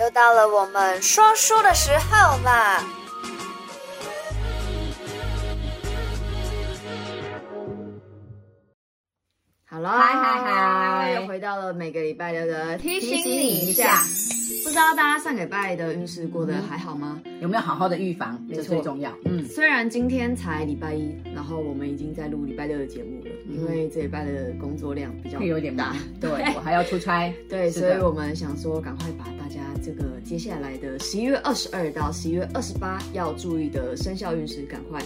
又到了我们说书的时候啦！好喽，嗨嗨嗨又回到了每个礼拜六的提提醒醒你你一一下下。不知道大家上礼拜的运势过得还好吗？有没有好好的预防，没这错最重要。嗯，虽然今天才礼拜一，然后我们已经在录礼拜六的节目了，嗯因为这礼拜的工作量比较会有点大 忙，，对我还要出差。对，是所以的我们想说，赶快把大家这个接下来的十一月二十二到十一月二十八要注意的生肖运势，赶快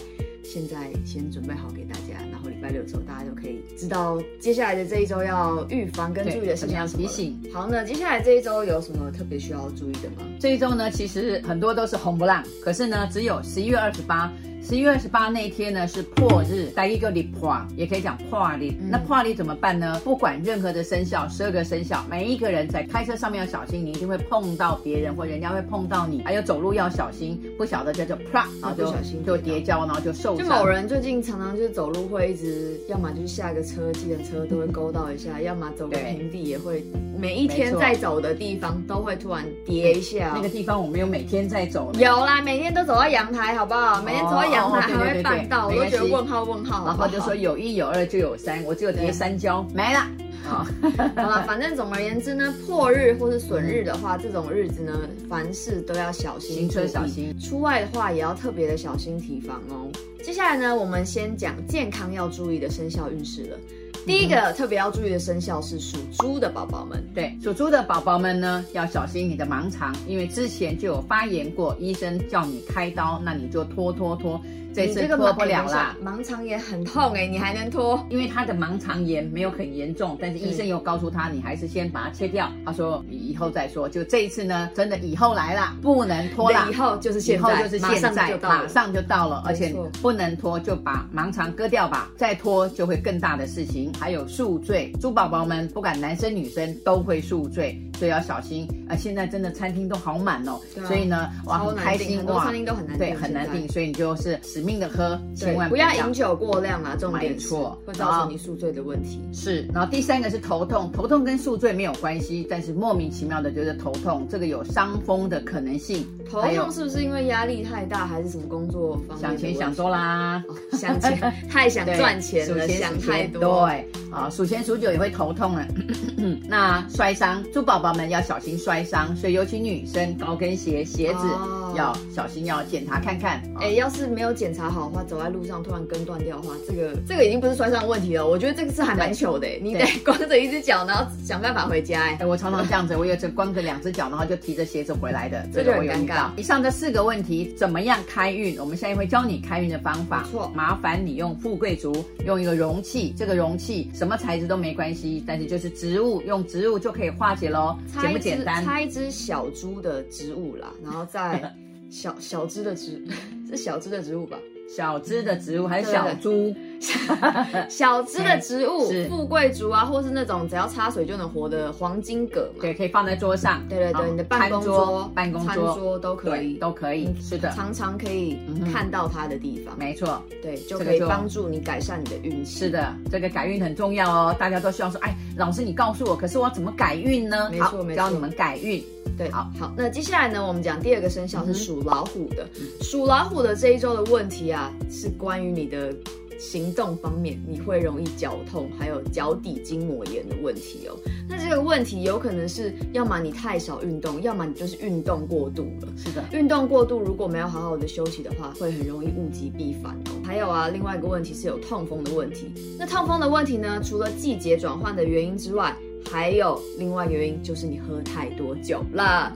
现在先准备好给大家，然后礼拜六之后大家就可以知道接下来的这一周要预防跟对注意的事怎么情样是什么提醒了。好，那接下来这一周有什么特别需要注意的吗？这一周呢，其实很多都是红不浪，可是呢，只有十一月二十八，十一月二十八那一天呢是破日，大一个里破，也可以讲破日。嗯那破日怎么办呢？不管任何的生肖，十二个生肖，每一个人在开车上面要小心，你一定会碰到别人，或人家会碰到你，还有走路要小心，不晓得这就啪，然后就不小心就跌倒跌跤，然后就受就伤。某人最近常常就是走路会一直，要么就是下个车、计程车都会勾到一下，要么走个对平地也会，每一没天错在走的地方都会突然跌一下、那个地方，我们有每天在走的。有啦，每天都走到阳台，好不好？每天走到阳台哦还会绊到，对对对我都对觉得问号问号好然不好后就说有一有二就有三，我只有对叠三跤没了。啊、 好了，反正总而言之呢，破日或是损日的话，这种日子呢，凡事都要小心，行车小心。出外的话也要特别的小心提防哦。接下来呢，我们先讲健康要注意的生肖运势了。第嗯一个特别要注意的生肖是属猪的宝宝们，对，属猪的宝宝们呢，要小心你的盲肠，因为之前就有发炎过，医生叫你开刀，那你就拖拖拖，这你次这个拖盲不了啦。，盲肠也很痛哎、你还能拖？因为他的盲肠炎没有很严重，但是医生有告诉他，你还是先把它切掉。他说你以后再说。就这一次呢，真的以后来啦，不能拖啦你的以。后就是以现后在，就是马现上在就，到马了。上就到了，而且没错不能拖，就把盲肠割掉吧，再拖就会更大的事情。还有宿醉，猪宝宝们不管男生女生都会宿醉，所以要小心。啊，现在真的餐厅都好满哦，对啊所以呢，哇，超很难开订心很多哇餐，厅都很难对，订很难现在订，所以你就是死命的喝，千对，万不要要饮酒过量啊，重点没错是会造成你宿醉的问题。是，然后第三个是头痛，头痛跟宿醉没有关系，但是莫名其妙的觉得头痛，这个有伤风的可能性。头还有痛是不是因为压力太大，还是什么工作方面？想钱想多啦，啦，哦想钱太想对赚钱了，数钱想数太钱多。对，啊，数钱数久也会头痛了。 那摔伤，猪宝宝们要小心摔伤，所以尤其女生高跟鞋鞋子、哦要小心，要检查看看。啊哎，要是没有检查好的话，走在路上突然跟断掉的话，这个这个已经不是摔伤问题了，我觉得这个是还蛮糗的欸，你得对光着一只脚，然后想办法回家，哎哎、，我常常这样子，我有这光着两只脚，然后就提着鞋子回来的，这这就个很我有尴遇到。以上这四个问题，怎么样开运？我们下一回教你开运的方法。没错麻烦你用富贵竹，用一个容器，这个容器什么材质都没关系，但是就是植物，用植物就可以化解喽，插 简不一简只单？插一只小株的植物啦，然后 再小小枝的植 是小枝的植物吧？小枝的植物还是对对小对株？ 小枝的植物，是富贵竹啊，或是那种只要插水就能活的黄金葛嘛。对，可以放在桌上。对对好对，你的办公餐桌、办公餐桌桌都可对以，嗯都可以。是的，嗯常常可以看到它的地方，没错。对，就这个可以就帮助你改善你的运气。是的，这个改运很重要哦。大家都希望说，哎，老师你告诉我，可是我怎么改运呢？没错好没错教你们改运。对，好好，那接下来呢，我们讲第二个生肖是嗯哼属老虎的。属老虎的这一周的问题啊，是关于你的行动方面，你会容易脚痛，还有脚底筋膜炎的问题哦。那这个问题有可能是，要么你太少运动，要么你就是运动过度了。是的，运动过度如果没有好好的休息的话，会很容易物极必反哦。还有啊，另外一个问题是有痛风的问题。那痛风的问题呢，除了季节转换的原因之外，还有另外一个原因就是你喝太多酒了。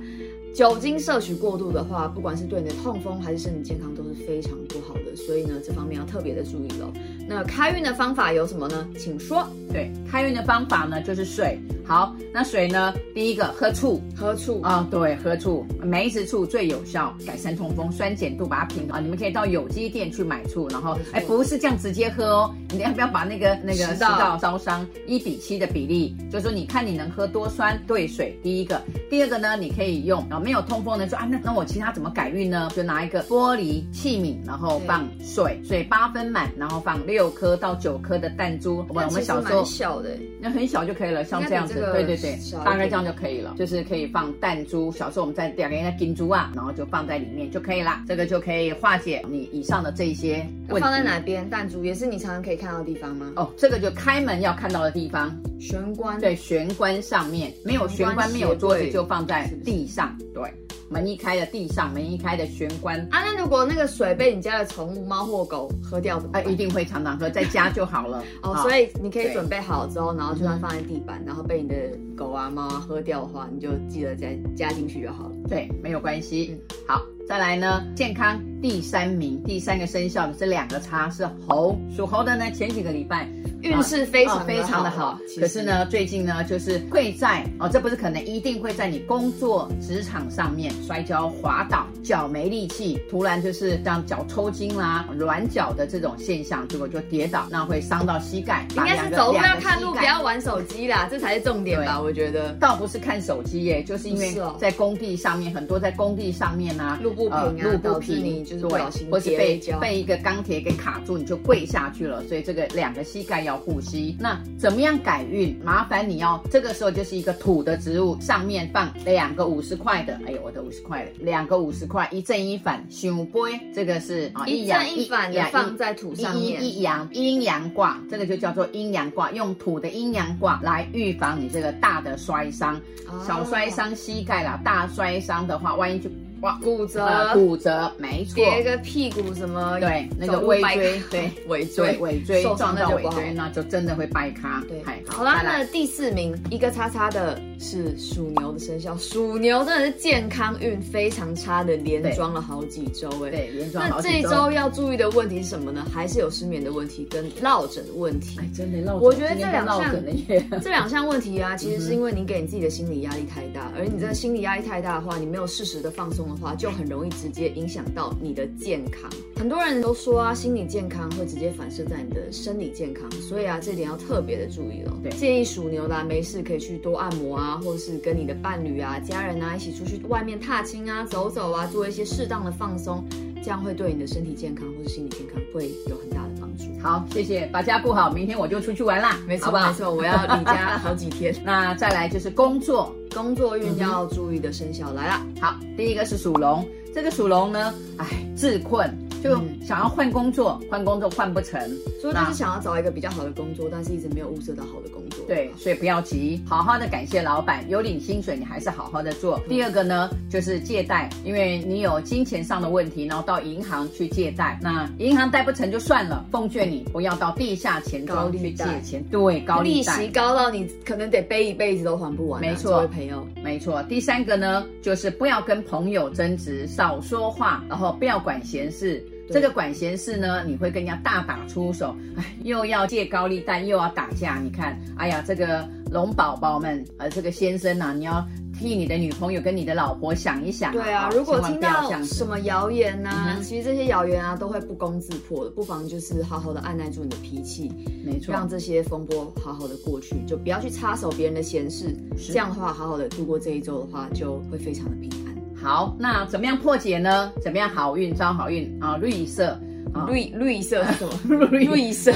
酒精摄取过度的话，不管是对你的痛风还是身体健康都是非常不好的，所以呢，这方面要特别的注意喽。那开运的方法有什么呢？请说。对，开运的方法呢就是水。好，那水呢，第一个喝醋喝醋啊、对，喝醋，梅子醋最有效，改善痛风，酸碱度把它平衡啊。你们可以到有机店去买醋，然后没错哎，不是这样直接喝哦，你要不要把那个那个食食道道烧伤一比七的比例，就是说你看你能喝多酸兑水，第一个，第二个呢，你可以用啊，没有痛风的说啊，那那我其他怎么改运呢？就拿一个玻璃器皿，然后对放水，水八分满，然后放六颗到九颗的弹珠，我们我们小时那候其实蛮小的欸，那很小就可以了，像应这该样比子这个对对对少，一大概点这样就可以了，就是可以放弹珠。小时候我们在两个人在金珠啊，然后就放在里面就可以啦，这个就可以化解你以上的这一些要问题。放在哪？边？弹珠也是你常常可以看到的地方吗？哦，这个就开门要看到的地方，玄关。对，玄关上面没有玄关，没有桌子就放在地上，对，门一开的地上，门一开的玄关。啊，那如果那个水被你家的宠物猫或狗喝掉怎么啊，办？一定会常常喝，在家就好了。哦，啊所以你可以对准备好之后，然后就算放在地板，然后被你的狗啊、猫啊喝掉的话，你就记得再加进去就好了。对，没有关嗯系。好，再来呢，健康第三名，第三个生肖的这两个叉是猴，属猴的呢，前几个礼拜运势非常哦非常的好，可是，呢，最近呢，就是会在哦，这不是可能，一定会在你工作职场上面摔跤、滑倒、脚没力气，突然就是让脚抽筋啦、软脚的这种现象，结果就跌倒，那会伤到膝盖，应把该两是个走路两要个看路，膝不盖要玩手机啦，这才是重点吧？对我觉得倒不是看手机耶，就是因为是哦在工地上面，很多在工地上面啊，路不平啊呃路不导致平，你就是不小心对，或是跌了一被跤被一个钢铁给卡住，你就跪下去了，所以这个两个膝盖要护膝。那怎么样改运？麻烦你要这个时候就是一个土的植物，上面放两个五十块的，哎呦，我的五十块了，两个五十块，一正一反，修杯，这个是啊，一阳正一反的阳放在土上一面，一一阳阴阳卦，这个就叫做阴阳卦，用土的阴阳卦来预防你这个大的摔伤。哦小摔、伤膝盖啦，大摔伤的话，万一就哇骨折、呃骨折，没错，别个屁股什么，对那个走路尾掰椎开对尾对椎。尾椎受伤撞那到就尾不好椎，那就真的会掰咖。对嗨，好啦，再来那第四名一个叉叉的是属牛的生肖，属牛真的是健康运非常差的，连对装了好几周哎、对连撞那好这几一周要注意的问题是什么呢？还是有失眠的问题跟落枕的问题哎。，真的落枕，我觉得今天这两落项枕了耶。 这两项问题啊，其实是因为你给你自己的心理压力太大，而你这个心理压力太大的话，你没有适时的放松的话，就很容易直接影响到你的健康。很多人都说啊，心理健康会直接反射在你的生理健康，所以啊，这点要特别的注意哦。对建议属牛的、啊、没事可以去多按摩啊，或是跟你的伴侣啊、家人啊一起出去外面踏青啊、走走啊，做一些适当的放松，这样会对你的身体健康或是心理健康会有很大的帮助。 好，谢谢，把家顾好，明天我就出去玩啦，没错，好不好没？错，我要离家好几天。那再来就是工作，工作运要注意的生肖来啦，好，第一个是属龙，这个属龙呢，哎，自困，就嗯想要换工作，换工作换不成，所以就是想要找一个比较好的工作，但是一直没有物色到好的工作。对，所以不要急，好好的感谢老板，有领薪水你还是好好的嗯做。第二个呢，就是借贷，因为你有金钱上的问题，然后到银行去借贷，那银行贷不成就算了，奉劝你不要到地下钱高庄利去借贷钱，对，高利利贷息。高到你可能得背一辈子都还不完啊、没错这位朋友。没错，第三个呢，就是不要跟朋友争执，少说话，然后不要管闲事。对这个管闲事呢，你会跟人家大打出手， 哎，又要借高利贷，又要打架。你看，哎呀，这个龙宝宝们，呃，这个先生呐、你要替你的女朋友跟你的老婆想一想、对啊，哦如果千万听不要到这样子什么谣言呐、嗯哼其实这些谣言啊都会不攻自破的，不妨就是好好的按耐住你的脾气，没错，让这些风波好好的过去，就不要去插手别人的闲事。是这样的话，好好的度过这一周的话，就会非常的平安。好，那怎么样破解呢？怎么样好运招好运啊？绿色 啊，绿绿色是什么？绿嗯 绿色，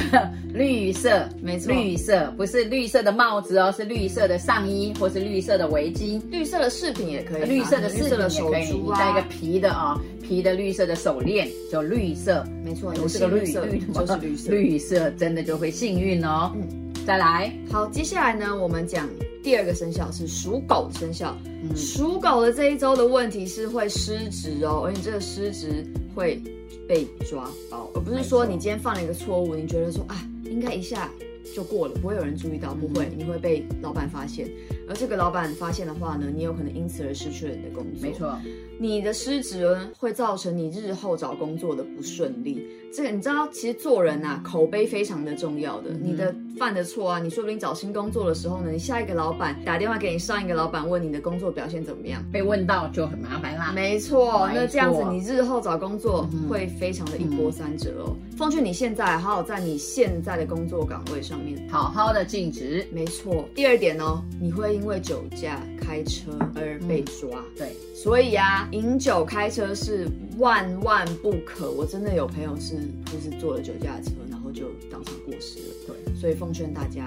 绿色，没错绿色不是绿色的帽子哦，是绿色的上衣或是绿色的围巾。绿色的饰品也可以吧，绿色的啊绿饰色的品也手可以，珠你啊，戴一个皮的啊、皮的绿色的手链，就绿色，没错，有有这些个绿绿色绿的吗就是绿色。绿色真的就会幸运哦。嗯再来，好，接下来呢，我们讲第二个生肖是属狗的生肖。嗯，属狗的这一周的问题是会失职哦，而你这个失职会被抓包，而不是说没错你今天犯了一个错误，你觉得说啊，应该一下就过了，不会有人注意到，嗯不会，你会被老板发现，而这个老板发现的话呢，你有可能因此而失去了你的工作。没错，你的失职呢，会造成你日后找工作的不顺利。这个你知道，其实做人啊，口碑非常的重要嗯的。你的犯的错啊，你说不定找新工作的时候呢，你下一个老板打电话给你上一个老板，问你的工作表现怎么样。被问到就很麻烦啦。没错，啊没错嗯那这样子你日后找工作会非常的一波三折哦。奉劝你现在好好在你现在的工作岗位上面好好的尽职，没错，第二点哦，你会因为酒驾、开车而嗯被抓。对，所以啊，饮酒开车是万万不可。我真的有朋友是，就是坐了酒驾的车，然后就当场过世了。对，所以奉劝大家，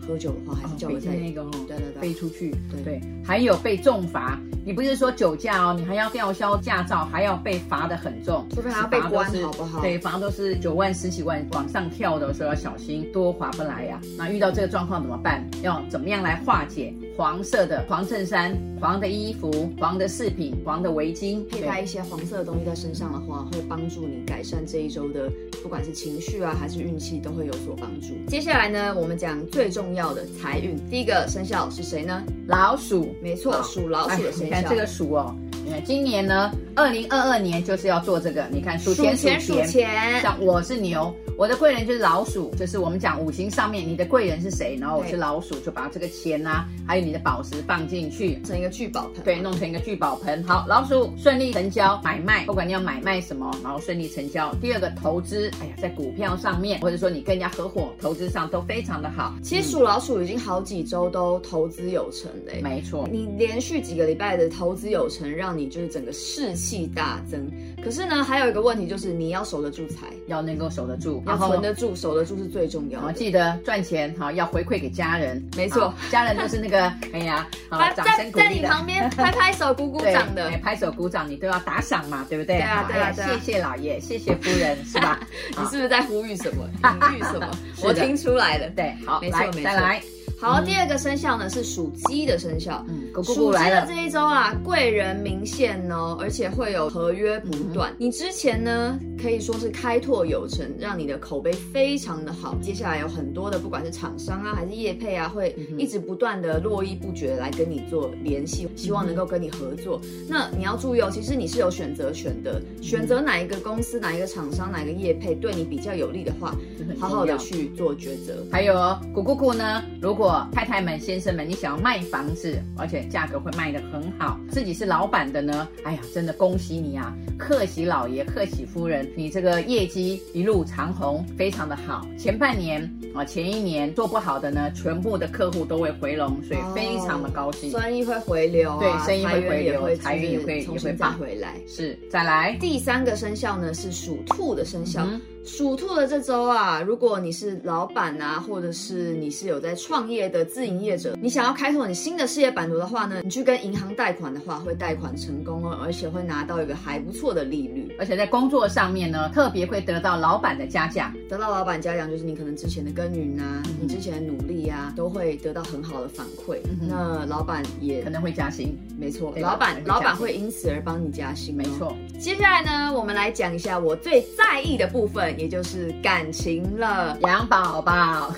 喝喝酒的话，还是叫我飞在。那个哦，对对对飞出去，对对，还有被重罚。你不是说酒驾哦，你还要吊销驾照，还要被罚的很重，除非还要被罚都关是好不好对，罚都是九万、十几万往上跳的时候要小心，多划不来呀、啊那遇到这个状况怎么办？要怎么样来化解？黄色的黄衬衫、黄的衣服、黄的饰品、黄的围巾，佩对戴一些黄色的东西在身上的话，会帮助你改善这一周的，不管是情绪啊还是运气，都会有所帮助。接下来呢，我们讲最重要的财运。第一个生肖是谁呢？老鼠。没错，好属老鼠的哎生你看肖。这个鼠哦，你看今年呢，二零二二年就是要做这个。你看属数田钱属数田钱，像我是牛，我的贵人就是老鼠，就是我们讲五行上面你的贵人是谁，然后我对是老鼠，就把这个钱啊，还有你的宝石放进去。成一个聚宝盆。对，弄成一个聚宝盆。好，老鼠顺利成交买卖，不管你要买卖什么，然后顺利成交。第二个投资，哎呀，在股票上面，或者说你跟人家合伙投资上都非常的好。其实属老鼠已经好几周都投资有成嘞、嗯没错，你连续几个礼拜的投资有成，让你就是整个士气大增。可是呢，还有一个问题就是你要守得住财，要能够守得住，要然后存得住，守得住是最重要然后的。记得赚钱哈，要回馈给家人。没错好，家人就是那个哎 呀，好在掌声在鼓在励你的。旁 边拍拍手、鼓鼓对掌的哎，拍手鼓掌，你都要打赏嘛，对不对？对啊好对啊哎呀对啊谢谢老爷，谢谢夫人，是 吧？？你是不是在呼吁什么？隐喻什么是的我听出来了。对，嗯好，没错来没再错来，好，第二个生肖呢是属鸡的生肖。嗯，咕咕属咕鸡来的了，这一周啊，贵人明显哦，而且会有合约不断。嗯你之前呢，可以说是开拓有成，让你的口碑非常的好。接下来有很多的，不管是厂商啊，还是业配啊，会嗯哼嗯一直不断的络绎不绝来跟你做联系，希望能够跟你合作。那你要注意哦，其实你是有选择权的，嗯选择哪一个公司、哪一个厂商、哪一个业配对你比较有利的话，这很嗯好重好的要去做抉择。还有哦咕咕咕呢，如果太太们、先生们，你想要卖房子，而且价格会卖得很好，自己是老板的呢，哎呀，真的恭喜你啊！克喜老爷，克喜夫人，你这个业绩一路长虹，非常的好。前半年啊，前一年做不好的呢，全部的客户都会回笼，所以哦非常的高兴。生意会回流、啊，对生意会回流财财运源也也会会就是重也新再会放回来。是，再来。第三个生肖呢是属兔的生肖嗯，属、兔的这周啊，如果你是老板啊，或者是你是有在创业的自营业者，你想要开拓你新的事业版图的话呢，你去跟银行贷款的话，会贷款成功哦，而且会拿到一个还不错的利率。而且在工作上面呢，特别会得到老板的嘉奖。得到老板嘉奖，就是你可能之前的耕耘啊，嗯你之前的努力啊，都会得到很好的反馈。嗯哼那老板也可能会加薪，没错，对吧老板很老加板薪会因此而帮你加薪、没。错，接下来呢，我们来讲一下我最在意的部分，也就是感情了。杨宝宝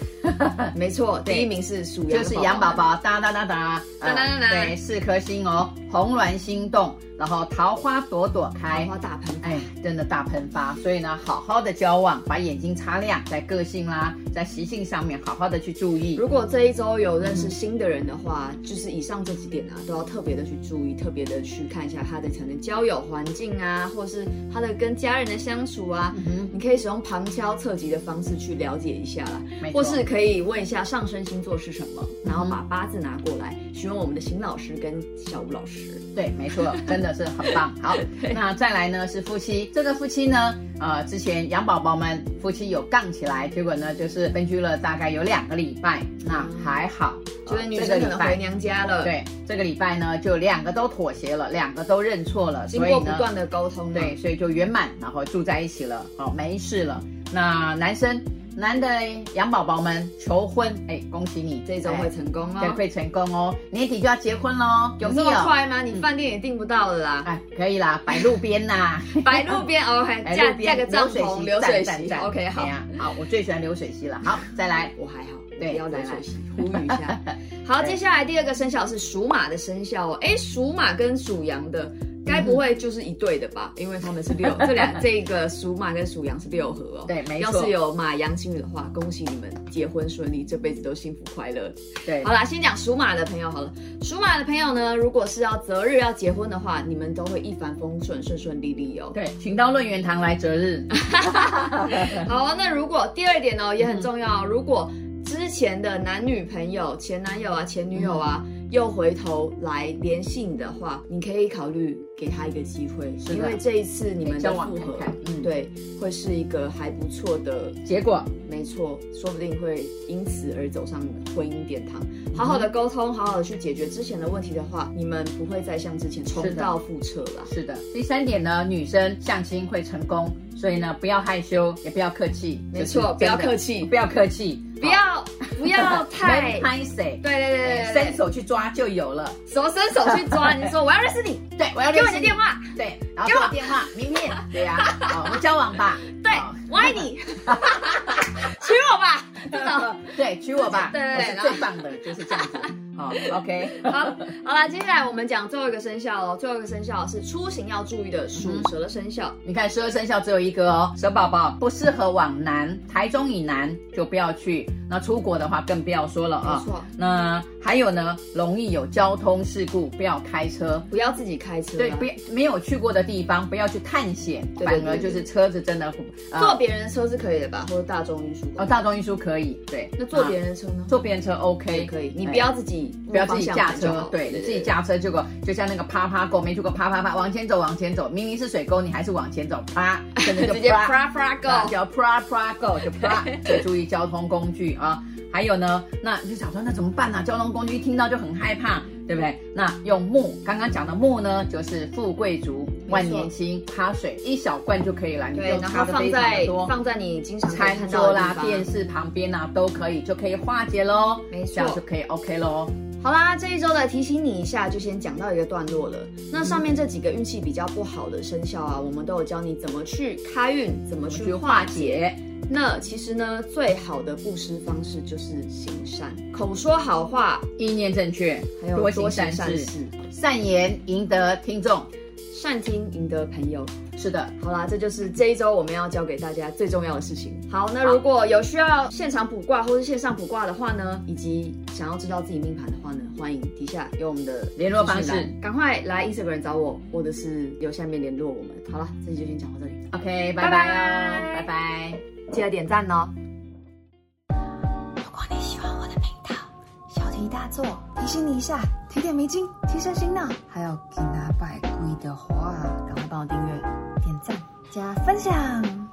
没错，嗯对第一名是属羊，就是杨宝。宝，哒哒哒哒，嗯哒哒哒哒对，四颗星哦，红鸾心动，然后桃花朵朵桃开。花大盆，哎，真的大喷发，所以呢，好好的交往，把眼睛擦亮，在个性啦，在习性上面好好的去注意。如果这一周有认识新的人的话，就是以上这几点啊，都要特别的去注意，特别的去看一下他的可能交友环境啊，或是他的跟家人的相处啊。嗯你可以使用旁敲侧击的方式去了解一下啦，哼，没错或是可以问一下上升星座是什么，然后把八字拿过来询问我们的邢老师跟小吴老师。对，没错，真的是很棒。 好，那再来呢是夫妻，这个夫妻呢，呃，之前养宝宝们夫妻有杠起来，结果呢就是分居了大概有两个礼拜，那还好，觉得女这生可个礼能回拜。娘家了，，对，这个礼拜呢，就两个都妥协了，两个都认错了，经所以过不呢，断的沟通，啊对，，所以就圆满，然后住在一起了，好、没事了。那男生，男的养宝宝们求婚，哎，恭喜你，这一周哎会成功对哦。会成功哦，年底就要结婚喽，有有没这么有？快吗？你饭店也订不到了啦，哎，可以啦，摆路边呐，摆嗯哎路边 OK，摆架路架边个帐篷，流水站站席站，OK 好哎，呀好，我最喜欢流水席了。好，再来，我还好，我不对要流再来水席，呼吁一下。 好，对接下来第二个生肖是属马的生肖哦，哎，属马跟属羊的。该不会就是一对的嗯吧？因为他们是 六，这两这个属马跟属羊是六合哦。对没要错是有马羊情侣的话，恭喜你们结婚顺利，这辈子都幸福快乐。对好，啦，先讲属马的朋友好了。属马的朋友呢，如果是要择日要结婚的话，你们都会一帆风顺，顺顺利利哦。对，请到论元堂来择日。好，那如果第二点嗯呢、也很重要哦，如果之前的男女朋友、前男友啊、前女友啊。又回头来联系你的话，你可以考虑给他一个机会，是的因为这一次你们的交往复合看看，嗯对，会是一个还不错的结果没错，说不定会因此而走上婚姻殿堂。好好的沟通，好好的去解决之前的问题的话，你们不会再像之前重是的蹈覆辙啦。是的。第三点呢，女生相亲会成功，所以呢，不要害羞，也不要客气。没错这是真的不要客气不要客气，不要不要太没拍谁， 对对对对对伸对，手去抓就有了。什么伸手去抓？你就说我要认识 你，对，我要给我认你识的电，话，对，然后给给我我电话，明天，对呀，好，我们交往吧。对好我爱 你，娶我吧，这种。对，娶我吧，对对我对是然后最棒的，就是这 样子。好，OK，好，好啦，接下来我们讲最后一个生肖哦。最后一个生肖是出行要注意的属嗯蛇的生肖。你看十二生肖只有一个哦，蛇宝宝不适合往南，台中以南就不要去。那出国的话更不要说了啊、没错那还有呢，容易有交通事故，不要开车。不要自己开车啦，对，不要没有去过的地方，不要去探险，啊对对反而对就是车子真的啊坐别人的车是可以的吧，或者大众运输工具哦，大众运输可以，对。那坐别啊、人的车呢？坐别人车 OK，也可以，你哎不要自己不要自己驾车，对对，你自己。驾车，结果就像那个啪啪狗，没去过啪啪啪，往前走，往前走，明明是水沟，你还是往前走，啪，真的 就直接啪 pra pra 那 go，叫 pra pra go，就 pra，就注意交通工具啊。还有呢，那你就想说那怎么办呢、交通工具一听到就很害怕，对不对？那用木，刚刚讲的木呢，就是富贵竹、错万年青、哈水，一小罐就可以了，你对，就然擦后的放非常的在多。放在你经常可以餐看到桌的啦地、方电视旁边啊，都可以，就可以化解喽。没错这样就可以 OK 喽。好啦，这一周的提醒你一下，就先讲到一个段落了。那上面这几个运气比较不好的生肖啊，我们都有教你怎么去开运，怎么去去化化解。解，那其实呢，最好的布施方式就是行善，口说好话，意念正确，还有多多行行善善事，事，善言赢得听众。善听赢得朋友。是的，好啦，这就是这一周我们要教给大家最重要的事情。好，那如果有需要现场卜卦或是线上卜卦的话呢，以及想要知道自己命盘的话呢，欢迎底下有我们的联络方式资讯栏赶快来 Instagram 找我，或者是有下面联络我们。好啦，这期就先讲到这里， OK，拜拜拜拜哦，拜拜。记得点赞哦。如果你喜欢我的频道，小题大做，提醒你一下，提点迷津，提升醒脑。还有给拿百贵的话，赶快帮我订阅、点赞、加分享。